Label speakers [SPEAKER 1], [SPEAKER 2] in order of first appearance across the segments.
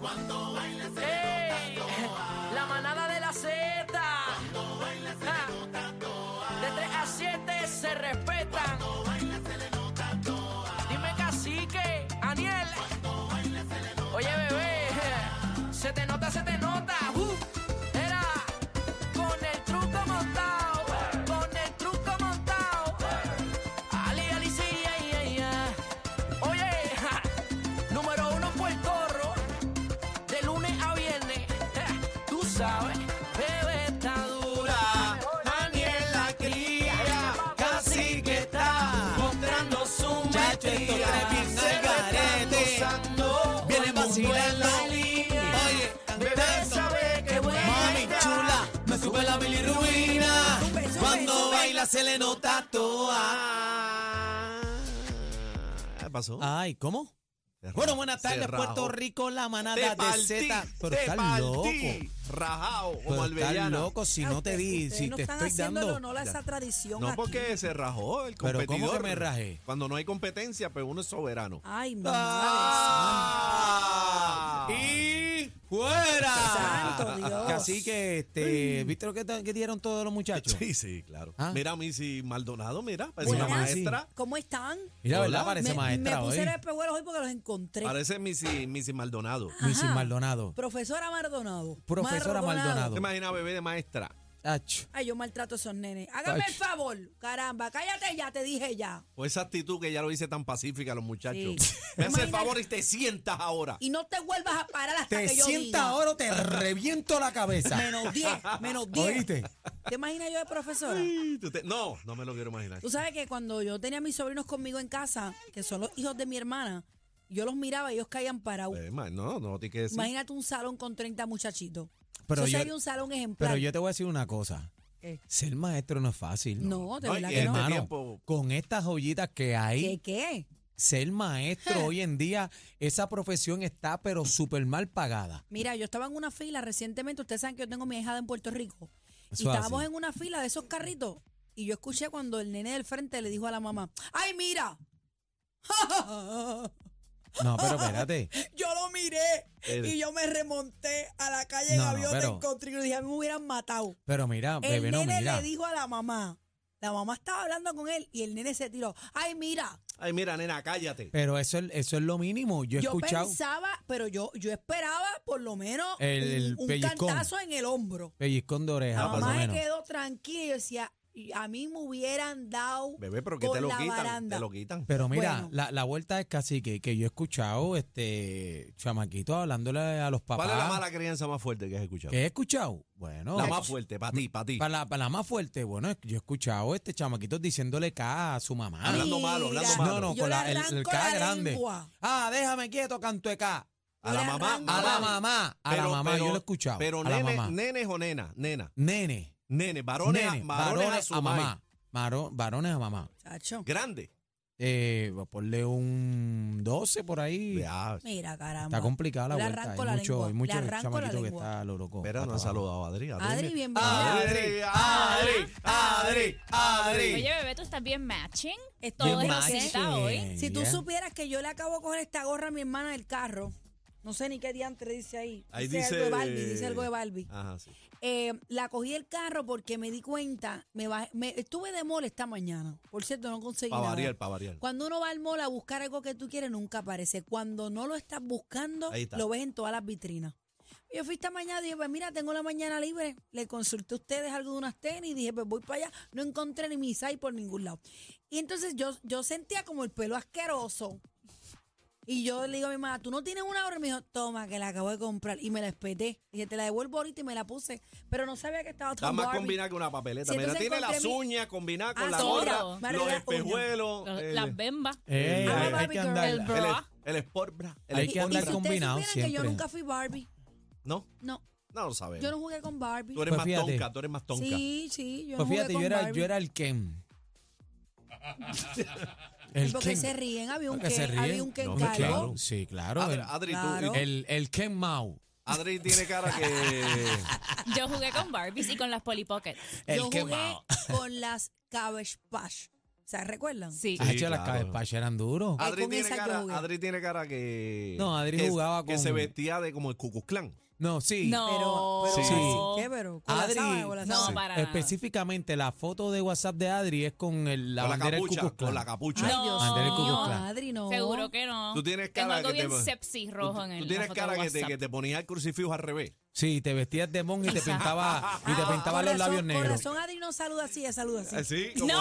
[SPEAKER 1] Cuando baila se
[SPEAKER 2] ¡Ey!
[SPEAKER 1] le nota toa.
[SPEAKER 2] La manada de la Z.
[SPEAKER 1] Cuando baila se
[SPEAKER 2] Ah.
[SPEAKER 1] le nota toa.
[SPEAKER 2] De 3 a 7 se respetan.
[SPEAKER 1] Cuando baila se le nota toa.
[SPEAKER 2] Dime cacique, Aniel.
[SPEAKER 1] Cuando baila se le nota
[SPEAKER 2] Oye, bebé, se te nota, se te nota. Uh, era con el truco montado, con el truco montado. Ali, Ali, sí, ay, ay, ay. Oye, ja, número uno Puerto Rico, de lunes a viernes. ja, Tú sabes, bebé está dura.
[SPEAKER 3] Daniel la cría, casi que está mostrando su
[SPEAKER 4] Ya estos
[SPEAKER 3] maestría.
[SPEAKER 4] tres bien al garete. Vienen vacilando. Oye,
[SPEAKER 3] bebé sabe que buena
[SPEAKER 4] Mami
[SPEAKER 3] está.
[SPEAKER 4] chula, me sube la bilirrubina.
[SPEAKER 3] Sube, sube,
[SPEAKER 4] Cuando
[SPEAKER 3] sube.
[SPEAKER 4] baila se le nota toa.
[SPEAKER 3] ¿Qué pasó?
[SPEAKER 4] Ay, ¿cómo? Bueno, buenas tardes, Puerto Rico, la manada de Z. Pero
[SPEAKER 3] te
[SPEAKER 4] estás
[SPEAKER 3] partí,
[SPEAKER 4] loco.
[SPEAKER 3] Rajao como
[SPEAKER 4] Pero estás
[SPEAKER 3] albellana.
[SPEAKER 4] loco si no te di,
[SPEAKER 5] Ustedes
[SPEAKER 4] si
[SPEAKER 5] no
[SPEAKER 4] te
[SPEAKER 5] están
[SPEAKER 4] estoy
[SPEAKER 5] haciéndole
[SPEAKER 4] dando.
[SPEAKER 5] honor a esa tradición
[SPEAKER 3] No
[SPEAKER 5] aquí.
[SPEAKER 3] porque se rajó el
[SPEAKER 4] Pero,
[SPEAKER 3] competidor.
[SPEAKER 4] ¿cómo que me rajé?
[SPEAKER 3] Cuando no hay competencia, pues uno es soberano.
[SPEAKER 5] Ay, mi
[SPEAKER 3] Ah.
[SPEAKER 4] Y fuera.
[SPEAKER 5] Santo Dios.
[SPEAKER 4] Así que, este, ¿viste lo que, que dieron todos los muchachos?
[SPEAKER 3] Sí, sí, claro.
[SPEAKER 4] Ah.
[SPEAKER 3] Mira, Missy Maldonado, mira, parece
[SPEAKER 5] Buenas.
[SPEAKER 3] una maestra.
[SPEAKER 5] madre. ¿Cómo están?
[SPEAKER 4] Mira, ¿verdad?
[SPEAKER 3] Hola.
[SPEAKER 4] Parece
[SPEAKER 5] me,
[SPEAKER 4] maestra
[SPEAKER 5] me puse
[SPEAKER 4] hoy.
[SPEAKER 5] los espejuelos hoy porque los encontré.
[SPEAKER 3] Parece Missy, Missy Maldonado.
[SPEAKER 5] Ajá.
[SPEAKER 4] Missy Maldonado.
[SPEAKER 5] Profesora Maldonado.
[SPEAKER 4] Profesora Maldonado.
[SPEAKER 3] ¿Te imaginas bebé de maestra?
[SPEAKER 4] Ach.
[SPEAKER 5] Ay, yo maltrato a esos nenes. Hágame
[SPEAKER 4] Ay.
[SPEAKER 5] el favor. Caramba, cállate ya, te dije ya.
[SPEAKER 3] O esa actitud que ya lo hice tan pacífica a los muchachos.
[SPEAKER 5] Sí.
[SPEAKER 3] Me hace el
[SPEAKER 5] Imagina-
[SPEAKER 3] favor y te sientas ahora.
[SPEAKER 5] Y no te vuelvas a parar hasta
[SPEAKER 4] Te
[SPEAKER 5] que yo
[SPEAKER 4] sienta
[SPEAKER 5] diga.
[SPEAKER 4] ahora o te reviento la cabeza.
[SPEAKER 5] Menos 10, menos 10.
[SPEAKER 4] ¿Oíste?
[SPEAKER 5] ¿Te imaginas yo de profesora?
[SPEAKER 3] Y tú te- No, no me lo quiero imaginar.
[SPEAKER 5] Tú sabes que cuando yo tenía a mis sobrinos conmigo en casa, que son los hijos de mi hermana, yo los miraba y ellos caían parados.
[SPEAKER 3] Eh, ma, No, no, tienes que decir.
[SPEAKER 5] Imagínate un salón con 30 muchachitos.
[SPEAKER 4] Pero
[SPEAKER 5] Eso
[SPEAKER 4] yo-
[SPEAKER 5] sería un salón ejemplar.
[SPEAKER 4] Pero yo te voy a decir una cosa.
[SPEAKER 5] ¿Qué?
[SPEAKER 4] Ser maestro no es fácil.
[SPEAKER 5] No, de
[SPEAKER 3] No,
[SPEAKER 5] verdad
[SPEAKER 3] y
[SPEAKER 5] que
[SPEAKER 3] este
[SPEAKER 5] no.
[SPEAKER 4] Hermano,
[SPEAKER 3] tiempo-
[SPEAKER 4] con estas joyitas que hay,
[SPEAKER 5] ¿Qué qué?
[SPEAKER 4] ser maestro hoy en día, esa profesión está pero súper mal pagada.
[SPEAKER 5] Mira, yo estaba en una fila recientemente, ustedes saben que yo tengo mi hija en Puerto Rico.
[SPEAKER 4] Eso
[SPEAKER 5] y
[SPEAKER 4] es
[SPEAKER 5] estábamos
[SPEAKER 4] así.
[SPEAKER 5] en una fila de esos carritos y yo escuché cuando el nene del frente le dijo a la mamá, "Ay, mira."
[SPEAKER 4] No, pero espérate.
[SPEAKER 5] Yo lo miré
[SPEAKER 3] El-
[SPEAKER 5] y yo me remonté a la calle
[SPEAKER 4] No, no,
[SPEAKER 5] Gaviota
[SPEAKER 4] pero-
[SPEAKER 5] encontré y le dije, "A mí me hubieran matado."
[SPEAKER 4] Pero mira,
[SPEAKER 5] El
[SPEAKER 4] bebé, no
[SPEAKER 5] nene
[SPEAKER 4] mira.
[SPEAKER 5] le dijo a la mamá. La mamá estaba hablando con él y el nene se tiró, "Ay, mira."
[SPEAKER 3] Ay, mira, nena, cállate.
[SPEAKER 4] Pero eso es, eso es lo mínimo. Yo he
[SPEAKER 5] Yo
[SPEAKER 4] escuchado
[SPEAKER 5] pensaba, pero yo, yo esperaba por lo menos
[SPEAKER 4] El-
[SPEAKER 5] un-
[SPEAKER 4] el
[SPEAKER 5] un,
[SPEAKER 4] pellizcón.
[SPEAKER 5] cantazo en el hombro.
[SPEAKER 4] pellizcón de oreja,
[SPEAKER 5] La
[SPEAKER 3] Ah,
[SPEAKER 4] por lo
[SPEAKER 5] mamá se
[SPEAKER 4] menos.
[SPEAKER 5] quedó tranquila y yo decía, "Y a mí me hubieran dado
[SPEAKER 3] Bebé, pero que
[SPEAKER 5] con
[SPEAKER 3] te lo
[SPEAKER 5] la
[SPEAKER 3] quitan.
[SPEAKER 5] baranda.
[SPEAKER 3] Te lo quitan.
[SPEAKER 4] Pero mira,
[SPEAKER 5] Bueno.
[SPEAKER 4] la, la vuelta es casi que, que yo he escuchado este chamaquito hablándole a los papás.
[SPEAKER 3] ¿Cuál es la mala crianza más fuerte que has escuchado?
[SPEAKER 4] ¿Qué he escuchado? Bueno,
[SPEAKER 3] La más fuerte, para ti, para ti.
[SPEAKER 4] Para la, para la más fuerte, bueno, yo he escuchado este chamaquito diciéndole K a su mamá.
[SPEAKER 3] Hablando malo, hablando malo.
[SPEAKER 4] No, no,
[SPEAKER 5] Yo
[SPEAKER 4] con
[SPEAKER 5] le
[SPEAKER 4] la, el, el
[SPEAKER 5] arranco
[SPEAKER 4] K
[SPEAKER 5] la
[SPEAKER 4] grande.
[SPEAKER 5] lengua.
[SPEAKER 4] Ah, déjame quieto, canto de K.
[SPEAKER 3] A la
[SPEAKER 5] Le
[SPEAKER 3] mamá.
[SPEAKER 5] arranco-
[SPEAKER 4] A la mamá, a la
[SPEAKER 3] Pero-
[SPEAKER 4] mamá,
[SPEAKER 3] pero-
[SPEAKER 4] yo lo he escuchado.
[SPEAKER 3] Pero
[SPEAKER 4] a la
[SPEAKER 3] nene-
[SPEAKER 4] mamá.
[SPEAKER 3] nenes o nena, nena.
[SPEAKER 4] Nene,
[SPEAKER 3] Nene, varones,
[SPEAKER 4] nene,
[SPEAKER 3] a, varones, a, su mamá.
[SPEAKER 4] mamá. Varo- varones a mamá.
[SPEAKER 5] Chacho,
[SPEAKER 3] Grande.
[SPEAKER 4] Eh, ponle un 12 por ahí.
[SPEAKER 3] Ya,
[SPEAKER 5] mira, caramba.
[SPEAKER 4] Está complicada la
[SPEAKER 5] Le
[SPEAKER 4] vuelta.
[SPEAKER 5] arranco
[SPEAKER 4] hay
[SPEAKER 5] la
[SPEAKER 4] mucho,
[SPEAKER 5] lengua.
[SPEAKER 4] hay mucho
[SPEAKER 5] Le arranco la
[SPEAKER 4] chamaquito que
[SPEAKER 5] lengua.
[SPEAKER 4] está lo loco.
[SPEAKER 3] Espera, no ha saludado a Adri.
[SPEAKER 5] Adri, bienvenida.
[SPEAKER 3] Adri, Adri, Adri, Adri.
[SPEAKER 6] Oye, bebé, tú estás bien matching.
[SPEAKER 3] Eh,
[SPEAKER 5] Estoy
[SPEAKER 6] Todo es
[SPEAKER 5] bien
[SPEAKER 6] lo que
[SPEAKER 5] matching.
[SPEAKER 6] está hoy.
[SPEAKER 5] ¿eh? Si tú supieras que yo le acabo de coger esta gorra a mi hermana del carro, no sé ni qué diantre dice ahí.
[SPEAKER 3] Ahí
[SPEAKER 5] algo
[SPEAKER 3] dice-
[SPEAKER 5] de Barbie, dice algo de Barbie.
[SPEAKER 3] Ajá, sí.
[SPEAKER 5] Eh, la cogí el carro porque me di cuenta, me, bajé- me- estuve de mall esta mañana. Por cierto, no conseguí
[SPEAKER 3] Para
[SPEAKER 5] nada.
[SPEAKER 3] variar, para variar.
[SPEAKER 5] Cuando uno va al mall a buscar algo que tú quieres, nunca aparece. Cuando no lo estás buscando,
[SPEAKER 3] Ahí está.
[SPEAKER 5] lo ves en todas las vitrinas. Yo fui esta mañana y dije, pues mira, tengo la mañana libre. Le consulté a ustedes algo de unas tenis y dije, pues voy para allá. No encontré ni mi size por ningún lado. Y entonces yo, yo sentía como el pelo asqueroso. Y yo le digo a mi mamá, ¿tú no tienes una hora? Y me dijo, toma, que la acabo de comprar. Y me la espeté. Dije, te la devuelvo ahorita y me la puse. Pero no sabía que estaba
[SPEAKER 3] Está
[SPEAKER 5] tan
[SPEAKER 3] más
[SPEAKER 5] Barbie.
[SPEAKER 3] combinada que una papeleta.
[SPEAKER 5] Si
[SPEAKER 3] Mira,
[SPEAKER 5] entonces
[SPEAKER 3] tiene las
[SPEAKER 5] encontré mi-
[SPEAKER 3] uñas combinadas
[SPEAKER 5] Ah,
[SPEAKER 3] con la
[SPEAKER 6] todo.
[SPEAKER 3] gorra,
[SPEAKER 5] Me arreglé
[SPEAKER 3] los
[SPEAKER 5] las uñas.
[SPEAKER 3] espejuelos,
[SPEAKER 6] Los-
[SPEAKER 3] el,
[SPEAKER 6] Las bembas.
[SPEAKER 4] Ey,
[SPEAKER 3] Ah,
[SPEAKER 4] hay,
[SPEAKER 5] Barbie
[SPEAKER 4] hay que
[SPEAKER 5] girl.
[SPEAKER 4] andar.
[SPEAKER 6] El bro-
[SPEAKER 3] el,
[SPEAKER 6] bra.
[SPEAKER 3] el sport bra. El
[SPEAKER 4] Hay que
[SPEAKER 3] sport
[SPEAKER 4] andar
[SPEAKER 5] y si
[SPEAKER 3] bra.
[SPEAKER 4] con-
[SPEAKER 5] ustedes
[SPEAKER 4] combinado
[SPEAKER 5] supieran que yo
[SPEAKER 4] siempre.
[SPEAKER 5] nunca fui Barbie,
[SPEAKER 3] No,
[SPEAKER 5] no.
[SPEAKER 3] no lo sabemos.
[SPEAKER 5] Yo no jugué con Barbie.
[SPEAKER 3] Tú eres
[SPEAKER 4] Pues
[SPEAKER 3] más
[SPEAKER 4] fíjate.
[SPEAKER 3] tonca, tú eres más tonca.
[SPEAKER 5] Sí, sí, yo
[SPEAKER 4] Pues
[SPEAKER 5] no jugué
[SPEAKER 4] fíjate, yo
[SPEAKER 5] con
[SPEAKER 4] era,
[SPEAKER 5] Barbie.
[SPEAKER 4] yo era el Ken. el
[SPEAKER 5] porque
[SPEAKER 4] Ken.
[SPEAKER 5] se ríen, había un
[SPEAKER 4] Porque se
[SPEAKER 5] Ken, había
[SPEAKER 4] ríen.
[SPEAKER 5] un Ken
[SPEAKER 3] No,
[SPEAKER 5] calvo.
[SPEAKER 3] claro.
[SPEAKER 4] Sí, claro.
[SPEAKER 3] Adri,
[SPEAKER 4] el,
[SPEAKER 3] Adri, tú-
[SPEAKER 5] Claro.
[SPEAKER 4] el- el Ken Mau.
[SPEAKER 3] Adri tiene cara que...
[SPEAKER 6] Yo jugué con Barbies y con las Polly Pockets.
[SPEAKER 4] El
[SPEAKER 5] yo
[SPEAKER 4] Ken
[SPEAKER 5] jugué
[SPEAKER 4] Mau.
[SPEAKER 5] con las Cabbage Patch. ¿Se recuerdan?
[SPEAKER 6] Sí.
[SPEAKER 4] Ah, che, las
[SPEAKER 3] claro.
[SPEAKER 4] cabezpachas eran duros.
[SPEAKER 5] Ah,
[SPEAKER 3] Adri
[SPEAKER 5] con
[SPEAKER 3] tiene,
[SPEAKER 5] esa yo
[SPEAKER 3] cara,
[SPEAKER 5] jugué.
[SPEAKER 3] Adri tiene cara que.
[SPEAKER 4] No, Adri
[SPEAKER 3] que-
[SPEAKER 4] jugaba
[SPEAKER 3] Que
[SPEAKER 4] con-
[SPEAKER 3] se vestía de como el Cucuzclán.
[SPEAKER 4] No, sí.
[SPEAKER 6] No.
[SPEAKER 5] Pero, pero
[SPEAKER 4] Sí.
[SPEAKER 5] ¿qué? Pero, ¿con la
[SPEAKER 4] Adri,
[SPEAKER 5] sábana o con la
[SPEAKER 6] No,
[SPEAKER 5] sábana?
[SPEAKER 6] para nada.
[SPEAKER 4] específicamente la foto de WhatsApp de Adri es con el, la
[SPEAKER 3] con la
[SPEAKER 4] bandera del
[SPEAKER 3] capucha.
[SPEAKER 4] Ku Klux Klan.
[SPEAKER 3] Con la capucha.
[SPEAKER 6] Ay, Dios
[SPEAKER 4] Bandera del Ku Klux
[SPEAKER 6] mío.
[SPEAKER 4] Klan.
[SPEAKER 5] Adri, no.
[SPEAKER 6] Seguro que no.
[SPEAKER 3] Tú tienes
[SPEAKER 6] Tengo
[SPEAKER 3] cara
[SPEAKER 6] algo
[SPEAKER 3] que te-
[SPEAKER 6] bien sepsi rojo en el
[SPEAKER 3] Tú tienes cara que te, que te ponía el crucifijo al revés.
[SPEAKER 4] Sí, te vestías de monje y te
[SPEAKER 6] Quizás.
[SPEAKER 4] pintaba, y te
[SPEAKER 5] Ah,
[SPEAKER 4] pintaba
[SPEAKER 5] con
[SPEAKER 4] los
[SPEAKER 5] razón-
[SPEAKER 4] labios
[SPEAKER 5] Con
[SPEAKER 4] negros.
[SPEAKER 5] razón Adri no saluda así, ella saluda así.
[SPEAKER 3] Así,
[SPEAKER 6] como, ¡No!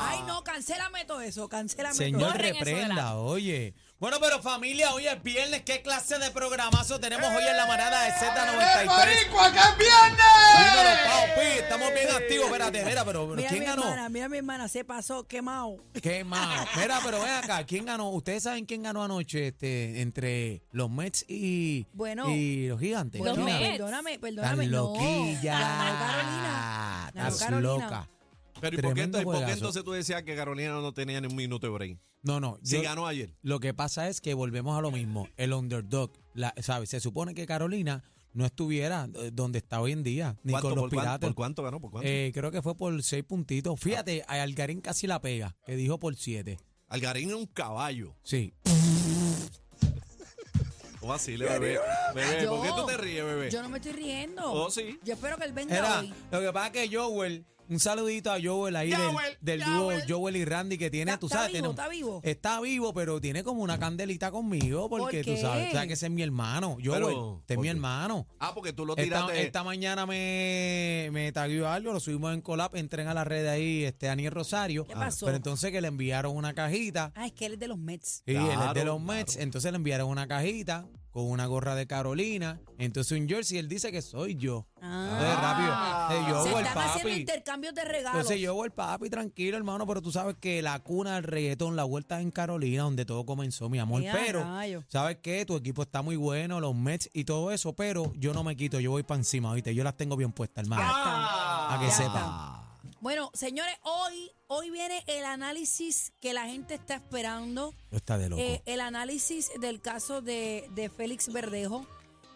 [SPEAKER 5] Ay, no, cancélame todo eso, cancélame todo
[SPEAKER 4] Señor,
[SPEAKER 6] Borren eso de
[SPEAKER 4] reprenda, oye. Bueno, pero familia, hoy es viernes. ¿Qué clase de programazo tenemos hoy en la manada de Z93?
[SPEAKER 5] ¡Eh,
[SPEAKER 4] Dímelo, papi, estamos bien activos. Espérate, espera, pero, pero
[SPEAKER 5] Mira
[SPEAKER 4] ¿quién
[SPEAKER 5] mi
[SPEAKER 4] ganó?
[SPEAKER 5] hermana, mira mi hermana, se pasó, quemado.
[SPEAKER 4] ¿Qué más? Espera, pero ven acá, ¿quién ganó? ¿Ustedes saben quién ganó anoche este, entre los Mets y,
[SPEAKER 5] Bueno.
[SPEAKER 4] y los gigantes?
[SPEAKER 6] Los
[SPEAKER 4] ¿Quién ganó?
[SPEAKER 6] Mets.
[SPEAKER 5] Perdóname, perdóname.
[SPEAKER 4] Tan
[SPEAKER 5] no.
[SPEAKER 4] loquilla.
[SPEAKER 5] Ganó Carolina. Ganó
[SPEAKER 4] Estás
[SPEAKER 5] Carolina.
[SPEAKER 4] loca.
[SPEAKER 3] Pero ¿y por qué,
[SPEAKER 4] Tremendo
[SPEAKER 3] entonces- ¿y por qué
[SPEAKER 4] juegazo.
[SPEAKER 3] entonces tú decías que Carolina no tenía ni un minuto de break?
[SPEAKER 4] No, no.
[SPEAKER 3] Si
[SPEAKER 4] yo-
[SPEAKER 3] ganó ayer.
[SPEAKER 4] Lo que pasa es que volvemos a lo mismo. El underdog, la, ¿sabes? Se supone que Carolina no estuviera eh, donde está hoy en día, ni
[SPEAKER 3] ¿Cuánto,
[SPEAKER 4] con los
[SPEAKER 3] por, cuánto-
[SPEAKER 4] piratas.
[SPEAKER 3] ¿Por cuánto ganó? ¿Por cuánto? Ah.
[SPEAKER 4] Eh, creo que fue por seis puntitos. Fíjate, a Algarín casi la pega, que dijo por siete.
[SPEAKER 3] Algarín es un caballo.
[SPEAKER 4] Sí.
[SPEAKER 3] O así, le bebé. Bebé, ¿por qué
[SPEAKER 5] Yo-
[SPEAKER 3] tú te ríes, bebé?
[SPEAKER 5] Yo no me estoy riendo.
[SPEAKER 3] Oh, sí.
[SPEAKER 5] Yo espero que él venga
[SPEAKER 4] Era,
[SPEAKER 5] hoy.
[SPEAKER 4] lo que pasa es que Joel, un saludito a Joel ahí del-
[SPEAKER 3] Joel,
[SPEAKER 4] del,
[SPEAKER 3] Joel.
[SPEAKER 4] dúo Joel y Randy que tiene,
[SPEAKER 5] Está-
[SPEAKER 4] tú
[SPEAKER 5] está
[SPEAKER 4] sabes,
[SPEAKER 5] vivo,
[SPEAKER 4] tiene-
[SPEAKER 5] está vivo.
[SPEAKER 4] está vivo, pero tiene como una candelita conmigo porque
[SPEAKER 5] qué?
[SPEAKER 4] tú sabes, tú sabes que ese es mi hermano. Joel,
[SPEAKER 3] Pero,
[SPEAKER 4] este es
[SPEAKER 3] ¿por
[SPEAKER 4] mi
[SPEAKER 3] qué?
[SPEAKER 4] hermano.
[SPEAKER 3] Ah, porque tú lo
[SPEAKER 4] Esta,
[SPEAKER 3] tiraste.
[SPEAKER 4] esta mañana me, me taguió algo, lo subimos en collab, entren a la red ahí, este Aniel Rosario.
[SPEAKER 5] ¿Qué pasó?
[SPEAKER 4] Pero entonces que le enviaron una cajita.
[SPEAKER 5] Ah, es que él es de los Mets.
[SPEAKER 4] Y él es de
[SPEAKER 3] Claro,
[SPEAKER 4] los Mets,
[SPEAKER 3] claro.
[SPEAKER 4] entonces le enviaron una cajita con una gorra de Carolina, entonces un jersey, él dice que soy yo. Entonces, Ah, rápido, eh,
[SPEAKER 5] Ah. Se
[SPEAKER 4] yo el
[SPEAKER 5] están haciendo
[SPEAKER 4] papi.
[SPEAKER 5] intercambios de regalos.
[SPEAKER 4] Entonces yo el papi, tranquilo hermano, pero tú sabes que la cuna del reggaetón, la vuelta es en Carolina, donde todo comenzó, mi amor.
[SPEAKER 5] Ya,
[SPEAKER 4] pero,
[SPEAKER 5] rayo.
[SPEAKER 4] ¿sabes qué? Tu equipo está muy bueno, los Mets y todo eso, pero yo no me quito, yo voy para encima, oíste, yo las tengo bien puestas, hermano.
[SPEAKER 5] Ah.
[SPEAKER 4] a que
[SPEAKER 5] ya
[SPEAKER 4] sepa.
[SPEAKER 5] Bueno, señores, hoy, hoy viene el análisis que la gente está esperando.
[SPEAKER 4] No está de loco.
[SPEAKER 5] Eh, el análisis del caso de, de Félix Verdejo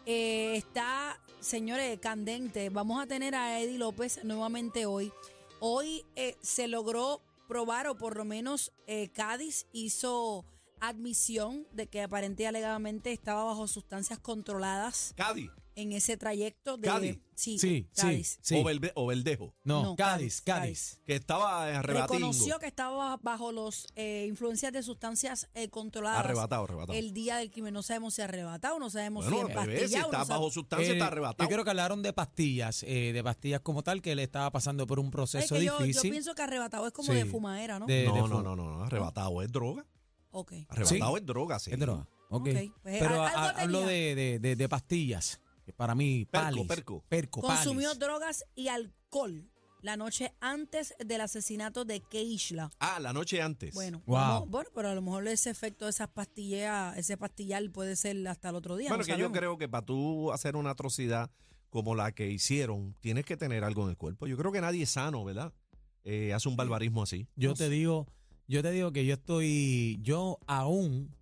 [SPEAKER 5] eh, está, señores, candente. Vamos a tener a Eddie López nuevamente hoy. Hoy eh, se logró probar, o por lo menos eh, Cádiz hizo admisión de que aparentemente alegadamente estaba bajo sustancias controladas
[SPEAKER 3] Cádiz
[SPEAKER 5] en ese trayecto de
[SPEAKER 3] ¿Cádiz?
[SPEAKER 4] sí,
[SPEAKER 5] Sí,
[SPEAKER 4] sí,
[SPEAKER 5] Cádiz.
[SPEAKER 4] sí.
[SPEAKER 3] O, Verde- o Verdejo,
[SPEAKER 4] No,
[SPEAKER 5] No,
[SPEAKER 4] Cádiz,
[SPEAKER 5] Cádiz,
[SPEAKER 4] Cádiz.
[SPEAKER 3] que estaba arrebatando.
[SPEAKER 5] Reconoció que estaba bajo los eh, influencias de sustancias eh, controladas.
[SPEAKER 3] Arrebatado, arrebatado.
[SPEAKER 5] El día del crimen. No sabemos si arrebatado, no sabemos
[SPEAKER 3] bueno,
[SPEAKER 5] si
[SPEAKER 3] al revés, si
[SPEAKER 5] empastillado.
[SPEAKER 3] está
[SPEAKER 5] no
[SPEAKER 3] bajo
[SPEAKER 5] sabemos-
[SPEAKER 3] sustancia,
[SPEAKER 4] Eh,
[SPEAKER 3] está
[SPEAKER 4] yo
[SPEAKER 3] arrebatado.
[SPEAKER 4] creo que hablaron de pastillas, eh, de pastillas como tal, que le estaba pasando por un
[SPEAKER 5] Ay,
[SPEAKER 4] proceso
[SPEAKER 5] que yo, yo
[SPEAKER 4] difícil.
[SPEAKER 5] pienso que arrebatado es como
[SPEAKER 4] Sí.
[SPEAKER 5] de fumadera, ¿no?
[SPEAKER 4] de-
[SPEAKER 3] no,
[SPEAKER 4] de
[SPEAKER 3] no,
[SPEAKER 4] fu-
[SPEAKER 3] no, no, no, arrebatado es droga.
[SPEAKER 5] ok.
[SPEAKER 3] Arrebatado es droga, sí.
[SPEAKER 4] Es droga. Ok.
[SPEAKER 5] Ok, pues,
[SPEAKER 4] Pero
[SPEAKER 5] al-
[SPEAKER 4] a-
[SPEAKER 5] algo tenía.
[SPEAKER 4] hablo de, de, de, de pastillas. que Para mí,
[SPEAKER 3] Perco,
[SPEAKER 4] palis.
[SPEAKER 3] perco.
[SPEAKER 4] palis.
[SPEAKER 5] Consumió drogas y alcohol la noche antes del asesinato de Keishla.
[SPEAKER 3] Ah, la noche antes.
[SPEAKER 5] Bueno,
[SPEAKER 4] Wow.
[SPEAKER 5] vamos- bueno, pero a lo mejor ese efecto de esas pastillas, ese pastillar puede ser hasta el otro día.
[SPEAKER 3] Bueno,
[SPEAKER 5] no
[SPEAKER 3] que yo
[SPEAKER 5] sabemos.
[SPEAKER 3] creo que para tú hacer una atrocidad como la que hicieron, tienes que tener algo en el cuerpo. Yo creo que nadie es sano, ¿verdad? Eh, hace un barbarismo así.
[SPEAKER 4] Yo te digo, yo te digo que yo estoy, yo aún,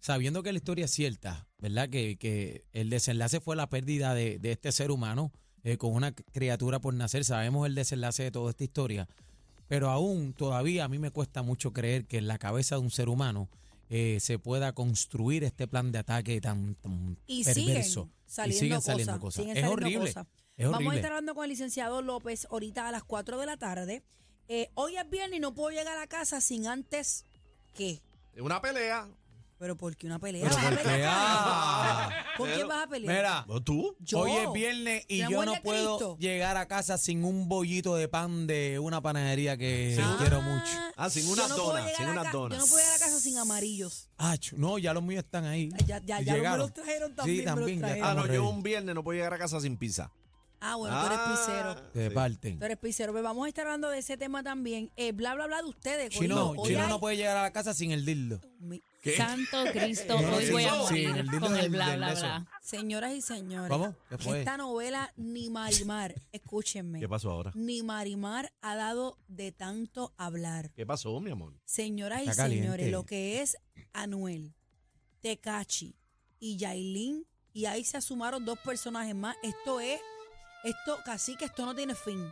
[SPEAKER 4] sabiendo que la historia es cierta, ¿verdad? Que, que el desenlace fue la pérdida de, de este ser humano eh, con una criatura por nacer. Sabemos el desenlace de toda esta historia. Pero aún, todavía a mí me cuesta mucho creer que en la cabeza de un ser humano eh, se pueda construir este plan de ataque tan, tan
[SPEAKER 5] Y
[SPEAKER 4] perverso.
[SPEAKER 5] siguen saliendo, cosas, siguen
[SPEAKER 4] Es
[SPEAKER 5] saliendo
[SPEAKER 4] horrible.
[SPEAKER 5] cosas.
[SPEAKER 4] Es
[SPEAKER 5] Vamos a
[SPEAKER 4] horrible.
[SPEAKER 5] estar hablando con el licenciado López ahorita a las 4 de la tarde. Eh, hoy es viernes y no puedo llegar a casa sin antes que.
[SPEAKER 3] Una pelea.
[SPEAKER 5] Pero ¿por qué una pelea?
[SPEAKER 4] Pero
[SPEAKER 5] ¿Vas a
[SPEAKER 4] ¿por qué?
[SPEAKER 5] pelear?
[SPEAKER 4] Ah,
[SPEAKER 5] ¿Con quién
[SPEAKER 3] pero-
[SPEAKER 5] vas a pelear?
[SPEAKER 4] Mira,
[SPEAKER 3] ¿No tú?
[SPEAKER 5] Yo.
[SPEAKER 4] Hoy es viernes y
[SPEAKER 5] La
[SPEAKER 4] yo
[SPEAKER 5] muerte
[SPEAKER 4] no
[SPEAKER 5] de
[SPEAKER 4] puedo
[SPEAKER 5] Cristo.
[SPEAKER 4] llegar a casa sin un bollito de pan de una panadería que
[SPEAKER 5] Ah,
[SPEAKER 4] quiero mucho.
[SPEAKER 3] Ah, sin
[SPEAKER 5] yo
[SPEAKER 3] unas
[SPEAKER 5] no puedo
[SPEAKER 3] donas,
[SPEAKER 5] llegar
[SPEAKER 3] sin
[SPEAKER 5] a
[SPEAKER 3] unas
[SPEAKER 5] ca-
[SPEAKER 3] donas.
[SPEAKER 5] Yo no puedo llegar a casa sin amarillos.
[SPEAKER 4] Ah, chu- no, ya los míos están ahí.
[SPEAKER 5] Ay, ya- ya- ya
[SPEAKER 4] Llegaron.
[SPEAKER 5] me los trajeron también,
[SPEAKER 4] Sí,
[SPEAKER 5] me los
[SPEAKER 4] también. ya
[SPEAKER 5] trajeron.
[SPEAKER 3] Ah,
[SPEAKER 4] estamos
[SPEAKER 3] no, yo
[SPEAKER 4] ready.
[SPEAKER 3] un viernes no puedo llegar a casa sin pizza.
[SPEAKER 5] Ah, bueno, tú eres
[SPEAKER 3] Ah,
[SPEAKER 5] pisero.
[SPEAKER 4] Te
[SPEAKER 3] sí.
[SPEAKER 4] parten.
[SPEAKER 5] Tú eres pisero. Pero vamos a estar hablando de ese tema también. Eh, bla, bla, bla de ustedes.
[SPEAKER 4] Chino,
[SPEAKER 5] Corillo. Hoy
[SPEAKER 4] Chino
[SPEAKER 5] hay-
[SPEAKER 4] no puede llegar a la casa sin el dildo.
[SPEAKER 5] Mi-
[SPEAKER 6] Santo Cristo,
[SPEAKER 4] No,
[SPEAKER 6] hoy
[SPEAKER 4] sí,
[SPEAKER 6] voy a
[SPEAKER 4] sí,
[SPEAKER 6] morir
[SPEAKER 4] el dildo
[SPEAKER 6] con el
[SPEAKER 4] del-
[SPEAKER 6] bla,
[SPEAKER 4] del
[SPEAKER 6] bla,
[SPEAKER 4] beso.
[SPEAKER 6] bla.
[SPEAKER 5] Señoras y señores.
[SPEAKER 4] Vamos, ¿qué fue?
[SPEAKER 5] Esta novela Ni Marimar, escúchenme.
[SPEAKER 3] ¿Qué pasó ahora?
[SPEAKER 5] Ni Marimar ha dado de tanto hablar.
[SPEAKER 3] ¿Qué pasó, mi amor?
[SPEAKER 5] Señoras y
[SPEAKER 4] Está caliente.
[SPEAKER 5] señores, lo que es Anuel, Tecachi y Yailin, y ahí se sumaron dos personajes más. Esto es, esto casi que esto no tiene fin.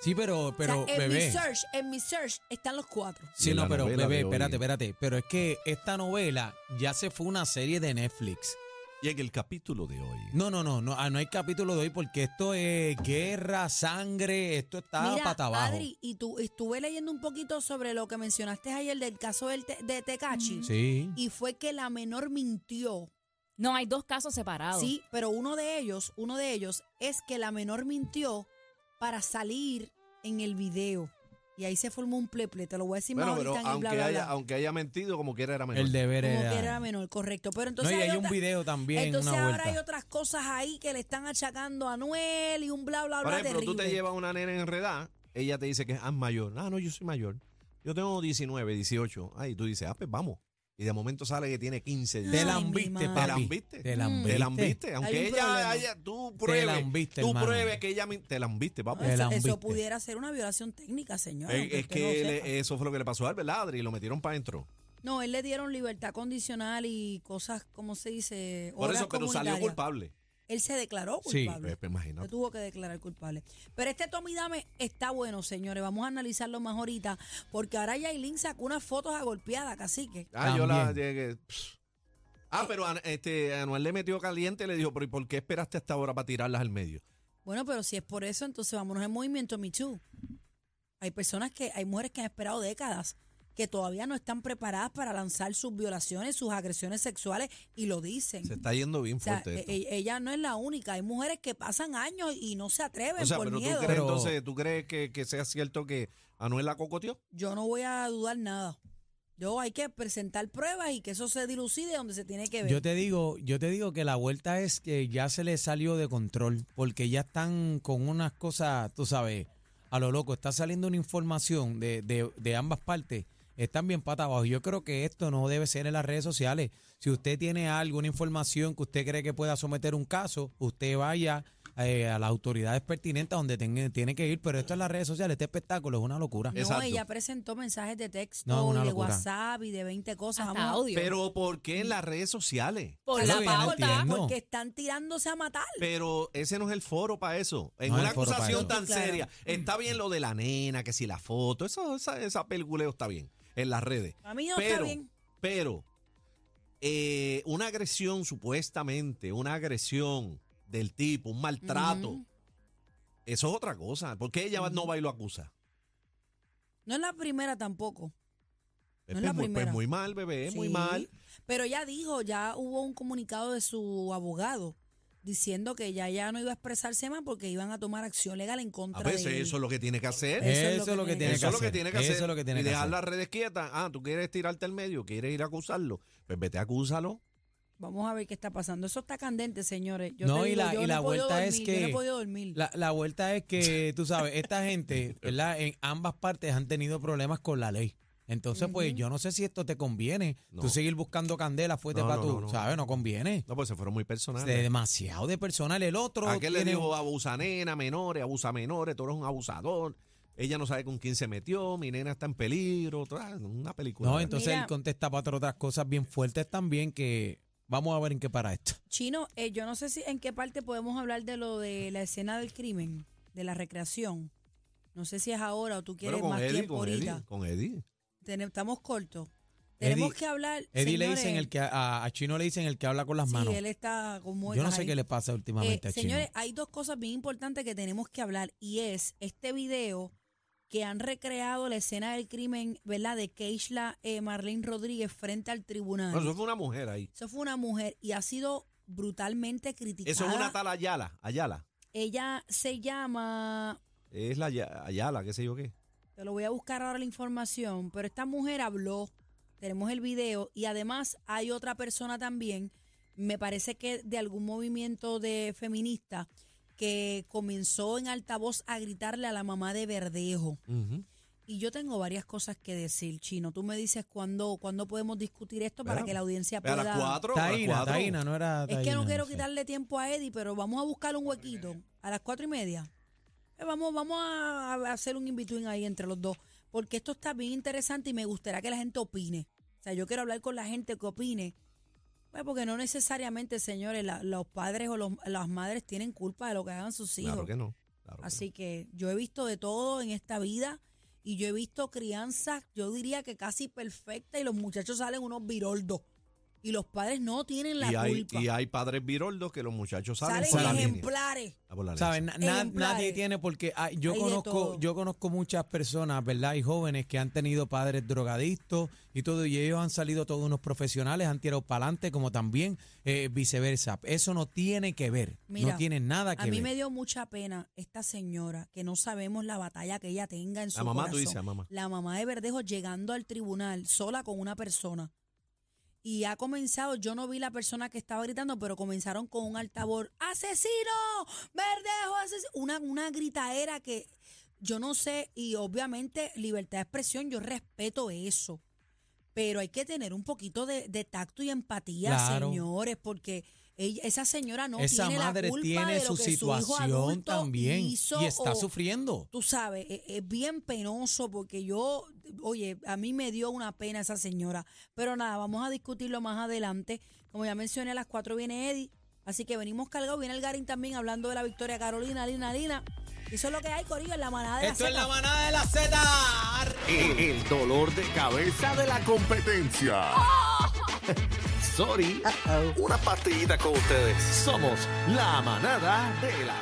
[SPEAKER 4] Sí, pero, pero
[SPEAKER 5] O sea, en
[SPEAKER 4] bebé.
[SPEAKER 5] mi search, en mi search están los cuatro.
[SPEAKER 3] Y
[SPEAKER 4] Sí,
[SPEAKER 3] en
[SPEAKER 4] no,
[SPEAKER 3] la
[SPEAKER 4] pero
[SPEAKER 3] novela
[SPEAKER 4] bebé,
[SPEAKER 3] de hoy.
[SPEAKER 4] espérate, espérate. Pero es que esta novela ya se fue una serie de Netflix.
[SPEAKER 3] Y en el capítulo de hoy.
[SPEAKER 4] No, no, no, no, ah, no hay capítulo de hoy porque esto es guerra, sangre, esto está
[SPEAKER 5] Mira,
[SPEAKER 4] pata abajo.
[SPEAKER 5] Adri, y tú estuve leyendo un poquito sobre lo que mencionaste ayer del caso del te- de Tecachi.
[SPEAKER 4] Sí.
[SPEAKER 5] Y fue que la menor mintió.
[SPEAKER 6] No, hay dos casos separados.
[SPEAKER 5] Sí, pero uno de ellos, uno de ellos es que la menor mintió para salir en el video. Y ahí se formó un pleple, te lo voy a decir
[SPEAKER 3] Bueno,
[SPEAKER 5] más
[SPEAKER 3] pero
[SPEAKER 5] ahorita en el
[SPEAKER 3] aunque,
[SPEAKER 5] bla, bla,
[SPEAKER 3] haya,
[SPEAKER 5] bla.
[SPEAKER 3] aunque haya mentido, como quiera era menor.
[SPEAKER 4] El deber
[SPEAKER 5] Como
[SPEAKER 4] era.
[SPEAKER 5] que era menor, correcto. Pero
[SPEAKER 4] no,
[SPEAKER 5] entonces
[SPEAKER 4] y
[SPEAKER 5] hay
[SPEAKER 4] hay un
[SPEAKER 5] otra-
[SPEAKER 4] video también,
[SPEAKER 5] Entonces
[SPEAKER 4] una
[SPEAKER 5] ahora
[SPEAKER 4] vuelta.
[SPEAKER 5] hay otras cosas ahí que le están achacando a Noel y un bla, bla, bla.
[SPEAKER 3] Por ejemplo, tú
[SPEAKER 5] terrible.
[SPEAKER 3] te llevas una nena enredada, ella te dice que es mayor. Ah, no, yo soy mayor. Yo tengo 19, 18. Ah, y tú dices, ah, pues vamos. Y de momento sale que tiene 15.
[SPEAKER 4] Te
[SPEAKER 5] Ay,
[SPEAKER 4] la
[SPEAKER 5] mi
[SPEAKER 4] ambiste,
[SPEAKER 5] madre.
[SPEAKER 4] papi.
[SPEAKER 3] Te lambiste.
[SPEAKER 4] Te lambiste.
[SPEAKER 3] Te lambiste. Aunque
[SPEAKER 5] Mm. un
[SPEAKER 3] ella
[SPEAKER 5] problema.
[SPEAKER 3] haya, tú pruebes.
[SPEAKER 4] lambiste,
[SPEAKER 3] tú
[SPEAKER 4] hermano.
[SPEAKER 3] pruebes que ella min- te lambiste, papá.
[SPEAKER 5] No,
[SPEAKER 4] El
[SPEAKER 5] eso, eso
[SPEAKER 4] ambiste.
[SPEAKER 5] pudiera ser una violación técnica, señor.
[SPEAKER 3] Es, es que le- eso fue lo que le pasó a Albert Adri y lo metieron para adentro.
[SPEAKER 5] No, él le dieron libertad condicional y cosas, ¿cómo se dice?
[SPEAKER 3] Por
[SPEAKER 5] Obras
[SPEAKER 3] eso, pero salió
[SPEAKER 5] comunitarias.
[SPEAKER 3] culpable.
[SPEAKER 5] Él se declaró
[SPEAKER 4] Sí,
[SPEAKER 5] culpable.
[SPEAKER 3] Pues, pues,
[SPEAKER 5] se
[SPEAKER 3] imagínate.
[SPEAKER 5] tuvo que declarar culpable. Pero este Tommy Dame está bueno, señores. Vamos a analizarlo más ahorita. Porque ahora Yailin sacó unas fotos agolpeadas, cacique.
[SPEAKER 3] Ah, yo la
[SPEAKER 4] También.
[SPEAKER 3] llegué. pss. Ah, pero a- este, Anuel le metió caliente y le dijo, pero ¿y por qué esperaste hasta ahora para tirarlas al medio?
[SPEAKER 5] Bueno, pero si es por eso, entonces vámonos en movimiento, Michu. Hay personas que, hay mujeres que han esperado décadas que todavía no están preparadas para lanzar sus violaciones, sus agresiones sexuales y lo dicen.
[SPEAKER 3] Se está yendo bien
[SPEAKER 5] o sea,
[SPEAKER 3] fuerte esto.
[SPEAKER 5] e- e- ella no es la única. Hay mujeres que pasan años y no se atreven
[SPEAKER 3] O sea,
[SPEAKER 5] por
[SPEAKER 3] pero tú
[SPEAKER 5] miedo.
[SPEAKER 3] crees,
[SPEAKER 4] Pero-
[SPEAKER 3] entonces, ¿tú crees que, que sea cierto que Anuel la cocoteó?
[SPEAKER 5] Yo no voy a dudar nada. Yo hay que presentar pruebas y que eso se dilucide donde se tiene que ver.
[SPEAKER 4] Yo te digo, yo te digo que la vuelta es que ya se le salió de control, porque ya están con unas cosas, tú sabes, a lo loco, está saliendo una información de, de- de ambas partes, están bien pata abajo. Yo creo que esto no debe ser en las redes sociales. Si usted tiene alguna información que usted cree que pueda someter un caso, usted vaya eh, a las autoridades pertinentes donde tenga- tiene que ir, pero esto en las redes sociales, este espectáculo es una locura.
[SPEAKER 5] no,
[SPEAKER 3] Exacto.
[SPEAKER 5] ella presentó mensajes de texto
[SPEAKER 4] No,
[SPEAKER 5] y
[SPEAKER 4] una
[SPEAKER 5] de
[SPEAKER 4] locura.
[SPEAKER 5] WhatsApp y de 20 cosas.
[SPEAKER 6] Hasta
[SPEAKER 5] Vamos a-
[SPEAKER 6] audio.
[SPEAKER 3] Pero ¿por qué en las redes sociales?
[SPEAKER 6] por
[SPEAKER 4] Es
[SPEAKER 6] la
[SPEAKER 4] lo que yo no
[SPEAKER 6] pauta.
[SPEAKER 4] entiendo.
[SPEAKER 5] porque están tirándose a matar.
[SPEAKER 3] Pero ese no es el foro para eso. En
[SPEAKER 4] No es
[SPEAKER 3] una
[SPEAKER 4] el foro pa'
[SPEAKER 3] acusación
[SPEAKER 4] eso.
[SPEAKER 3] tan
[SPEAKER 5] Claro.
[SPEAKER 3] seria, está bien lo de la nena, que si la foto, eso, esa, esa pelguleo está bien en las redes.
[SPEAKER 5] A mí no está
[SPEAKER 3] pero,
[SPEAKER 5] bien.
[SPEAKER 3] pero, eh, una agresión supuestamente, una agresión del tipo, un maltrato,
[SPEAKER 5] Ujú.
[SPEAKER 3] eso es otra cosa. ¿Por qué ella no va y lo acusa?
[SPEAKER 5] No es la primera tampoco.
[SPEAKER 3] Pues,
[SPEAKER 5] No es la
[SPEAKER 3] muy, pues,
[SPEAKER 5] primera.
[SPEAKER 3] muy mal, bebé, muy
[SPEAKER 5] Sí.
[SPEAKER 3] mal.
[SPEAKER 5] Pero ya dijo, ya hubo un comunicado de su abogado diciendo que ya ya no iba a expresarse más porque iban a tomar acción legal en contra
[SPEAKER 3] A veces
[SPEAKER 5] de él.
[SPEAKER 3] eso es lo que tiene que hacer.
[SPEAKER 5] Eso es
[SPEAKER 4] Eso es lo que tiene que
[SPEAKER 3] eso es lo que
[SPEAKER 4] hacer.
[SPEAKER 3] tiene que hacer.
[SPEAKER 4] Eso es lo que tiene
[SPEAKER 3] y
[SPEAKER 4] que
[SPEAKER 3] dejar
[SPEAKER 4] hacer.
[SPEAKER 3] las redes quietas. Ah, tú quieres tirarte al medio, quieres ir a acusarlo. Pues vete, acúsalo.
[SPEAKER 5] Vamos a ver qué está pasando. Eso está candente, señores. Yo
[SPEAKER 4] No,
[SPEAKER 5] te
[SPEAKER 4] y
[SPEAKER 5] digo,
[SPEAKER 4] la-
[SPEAKER 5] yo
[SPEAKER 4] y
[SPEAKER 5] no
[SPEAKER 4] la
[SPEAKER 5] he podido
[SPEAKER 4] vuelta es
[SPEAKER 5] dormir, yo no he
[SPEAKER 4] que
[SPEAKER 5] podido dormir.
[SPEAKER 4] La, la vuelta es que, tú sabes, esta gente, ¿verdad? En ambas partes han tenido problemas con la ley. Entonces, pues yo no sé si esto te conviene.
[SPEAKER 3] No.
[SPEAKER 4] Tú seguir buscando candela fuerte
[SPEAKER 3] No,
[SPEAKER 4] para
[SPEAKER 3] no,
[SPEAKER 4] tú,
[SPEAKER 3] no, no.
[SPEAKER 4] ¿sabes? No conviene.
[SPEAKER 3] No, pues se fueron muy personales.
[SPEAKER 4] Es demasiado de personal. El otro.
[SPEAKER 3] Aquel le
[SPEAKER 4] tiene-
[SPEAKER 3] dijo abusa nena, menores, abusa menores, tú eres un abusador. Ella no sabe con quién se metió, mi nena está en peligro. toda- Una película.
[SPEAKER 4] No, entonces
[SPEAKER 5] Mira.
[SPEAKER 4] él contesta para otras cosas bien fuertes también que vamos a ver en qué para esto.
[SPEAKER 5] Chino, eh, yo no sé si en qué parte podemos hablar de lo de la escena del crimen, de la recreación. No sé si es ahora o tú
[SPEAKER 3] Bueno,
[SPEAKER 5] quieres
[SPEAKER 3] con
[SPEAKER 5] más
[SPEAKER 3] Eddie,
[SPEAKER 5] tiempo
[SPEAKER 3] con
[SPEAKER 5] ahorita.
[SPEAKER 3] Eddie, con Eddie.
[SPEAKER 5] Tene- estamos cortos. Tenemos
[SPEAKER 4] Eddie-
[SPEAKER 5] que hablar.
[SPEAKER 4] Eddie le
[SPEAKER 5] señores,
[SPEAKER 4] dicen el que a, a Chino le dicen el que habla con las
[SPEAKER 5] Sí,
[SPEAKER 4] manos.
[SPEAKER 5] él está con
[SPEAKER 4] yo
[SPEAKER 5] muecas
[SPEAKER 4] no sé
[SPEAKER 5] ahí.
[SPEAKER 4] qué le pasa últimamente a
[SPEAKER 5] Eh,
[SPEAKER 4] este Chino.
[SPEAKER 5] señores, hay dos cosas bien importantes que tenemos que hablar y es este video que han recreado la escena del crimen, ¿verdad? De Keishla eh, Marlene Rodríguez frente al tribunal.
[SPEAKER 3] No, eso fue una mujer ahí.
[SPEAKER 5] Eso fue una mujer y ha sido brutalmente criticada.
[SPEAKER 3] Eso es una tal Ayala. Ayala.
[SPEAKER 5] Ella se llama,
[SPEAKER 3] Es la Ya- Ayala, qué sé yo qué.
[SPEAKER 5] te lo voy a buscar ahora la información, pero esta mujer habló, tenemos el video y además hay otra persona también, me parece que de algún movimiento de feminista que comenzó en altavoz a gritarle a la mamá de Verdejo.
[SPEAKER 3] Ujú.
[SPEAKER 5] Y yo tengo varias cosas que decir, Chino. Tú me dices cuándo, cuándo podemos discutir esto para
[SPEAKER 3] Vea,
[SPEAKER 5] que la audiencia
[SPEAKER 3] A
[SPEAKER 5] pueda...
[SPEAKER 3] las cuatro, a las
[SPEAKER 4] Taína,
[SPEAKER 3] cuatro.
[SPEAKER 4] Taína, no era.
[SPEAKER 5] Es que no
[SPEAKER 4] Taína,
[SPEAKER 5] quiero
[SPEAKER 4] sé.
[SPEAKER 5] quitarle tiempo a Eddie, pero vamos a buscar un huequito a las cuatro y media. Eh, vamos, vamos a a hacer un in-between ahí entre los dos, porque esto está bien interesante y me gustaría que la gente opine. O sea, yo quiero hablar con la gente que opine. Bueno, porque no necesariamente, señores, la- los padres o los- las madres tienen culpa de lo que hagan sus hijos.
[SPEAKER 3] Claro que no. Claro que
[SPEAKER 5] Así que yo he visto de todo en esta vida y yo he visto crianzas, yo diría que casi perfecta y los muchachos salen unos viroldos y los padres no tienen la
[SPEAKER 3] y, hay,
[SPEAKER 5] culpa.
[SPEAKER 3] y hay padres viroldos que los muchachos salen,
[SPEAKER 5] salen
[SPEAKER 3] por la línea.
[SPEAKER 5] ejemplares.
[SPEAKER 3] Ah, por la línea.
[SPEAKER 4] ¿Saben? Na- na-
[SPEAKER 5] Ejemplares.
[SPEAKER 4] nadie tiene porque ah, yo
[SPEAKER 5] Hay de
[SPEAKER 4] conozco
[SPEAKER 5] todo.
[SPEAKER 4] yo conozco muchas personas, ¿verdad? Y jóvenes que han tenido padres drogadictos y todo y ellos han salido todos unos profesionales, han tirado para adelante como también eh, viceversa. Eso no tiene que ver, no
[SPEAKER 5] Mira,
[SPEAKER 4] tiene nada que
[SPEAKER 5] A mí
[SPEAKER 4] ver.
[SPEAKER 5] me dio mucha pena esta señora que no sabemos la batalla que ella tenga en su
[SPEAKER 3] La mamá, tú
[SPEAKER 5] corazón.
[SPEAKER 3] dices, la mamá.
[SPEAKER 5] La mamá de Verdejo llegando al tribunal sola con una persona. Y ha comenzado, yo no vi la persona que estaba gritando, pero comenzaron con un altavoz, ¡Asesino! ¡Verdejo! Asesino! Una, una gritaera que yo no sé, y obviamente libertad de expresión, yo respeto eso. Pero hay que tener un poquito de, de tacto y empatía,
[SPEAKER 4] Claro.
[SPEAKER 5] señores, porque ella- esa señora no
[SPEAKER 4] Esa
[SPEAKER 5] tiene
[SPEAKER 4] madre
[SPEAKER 5] la culpa
[SPEAKER 4] tiene
[SPEAKER 5] de lo
[SPEAKER 4] su
[SPEAKER 5] que su hijo
[SPEAKER 4] situación
[SPEAKER 5] adulto
[SPEAKER 4] también
[SPEAKER 5] hizo
[SPEAKER 4] y está
[SPEAKER 5] o-
[SPEAKER 4] sufriendo.
[SPEAKER 5] Tú sabes, e- es, bien penoso porque yo, oye, a mí me dio una pena esa señora. Pero nada, vamos a discutirlo más adelante. Como ya mencioné, a las 4 viene Eddie. Así que venimos cargados. Viene el Garín también hablando de la victoria Carolina, Lina, Lina. Eso es lo que hay, Corillo, en la manada de la
[SPEAKER 4] Esto es
[SPEAKER 5] Zeta.
[SPEAKER 4] la manada de la Z.
[SPEAKER 7] El, Eh, el dolor de cabeza de la competencia. Sorry. Una partidita con ustedes. Somos la manada de las.